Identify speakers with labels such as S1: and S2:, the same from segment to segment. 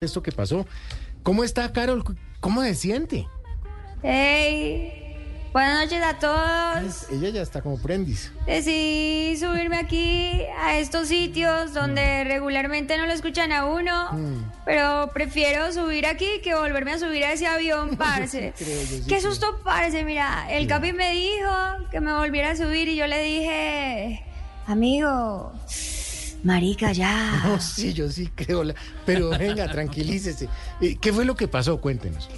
S1: Esto que pasó. ¿Cómo está, Carol? ¿Cómo se siente?
S2: Hey, buenas noches a todos.
S1: Ella ya está como prendis.
S2: Decidí subirme aquí a estos sitios
S1: Mm.
S2: donde regularmente no lo escuchan a uno, pero prefiero subir aquí que volverme a subir a ese avión, parce.
S1: creo, yo sí
S2: Qué
S1: creo.
S2: susto, parce. Mira, el Capi me dijo que me volviera a subir y yo le dije, amigo, marica ya.
S1: No, Oh, sí, yo sí creo. la- Pero venga, tranquilícese. Eh, ¿Qué fue lo que pasó? Cuéntenos.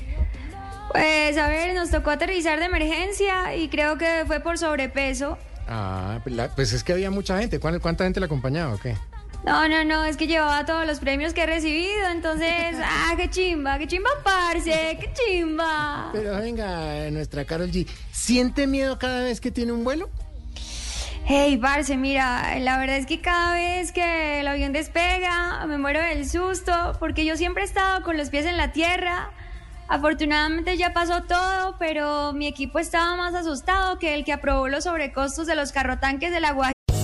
S2: Pues a ver, nos tocó aterrizar de emergencia y creo que fue por sobrepeso.
S1: Ah, la- pues es que había mucha gente. ¿Cuán- ¿Cuánta gente la acompañaba o qué?
S2: No, no, no, es que llevaba todos los premios que he recibido, entonces, ah, qué chimba, qué chimba, parce, qué chimba.
S1: Pero venga, eh, nuestra Carol G. ¿Siente miedo cada vez que tiene un vuelo?
S2: Hey, parce, mira, la verdad es que cada vez que el avión despega, me muero del susto, porque yo siempre he estado con los pies en la tierra. Afortunadamente ya pasó todo, pero mi equipo estaba más asustado que el que aprobó los sobrecostos de los carrotanques de la Guajira.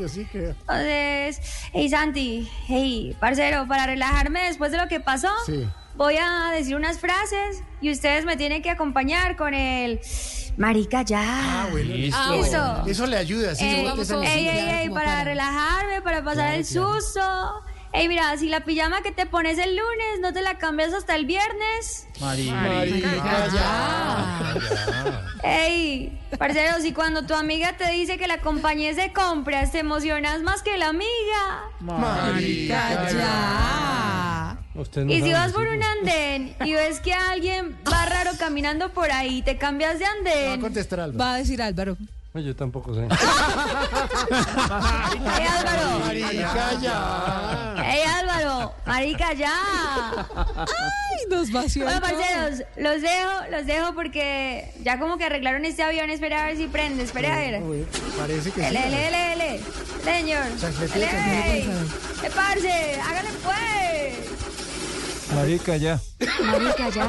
S1: Yo sí creo.
S2: Entonces, hey Santi, hey, parcero, para relajarme después de lo que pasó,
S1: Sí.
S2: voy a decir unas frases y ustedes me tienen que acompañar con el marica ya.
S1: Listo.
S2: Eso.
S1: Ah. Eso le ayuda, sí.
S2: Ey,
S1: esa
S2: ey,
S1: musiquita.
S2: ey, ey, para relajarme, para pasar el susto. Ey, mira, si la pijama que te pones el lunes no te la cambias hasta el viernes.
S1: Marica, ya.
S2: Ey, parcero, si cuando tu amiga te dice que la acompañes de compras, te emocionas más que la amiga.
S1: Marica,
S2: Y si vas por un andén y ves que alguien va raro caminando por ahí, te cambias de
S1: Va a
S2: andén.
S1: contestar algo.
S3: Va a decir Álvaro.
S4: pues. Yo tampoco sé.
S2: ¡Ey, Álvaro!
S1: Marica, ya.
S2: ¡Ey, Álvaro! ¡Marica, ya!
S3: Ay, nos vació.
S2: Bueno,
S3: el todo.
S2: parceros, los dejo, los dejo porque ya como que arreglaron este avión. Espera a ver si prende, espera a ver.
S1: Uy, Parece que sí.
S2: L, L, L, L. Señor.
S1: Chanclete,
S2: L,
S1: chanclete,
S2: ey. ¡Eh, parce! ¡Hágale pues!
S4: Marica, ya.
S2: ¡Marica, ya!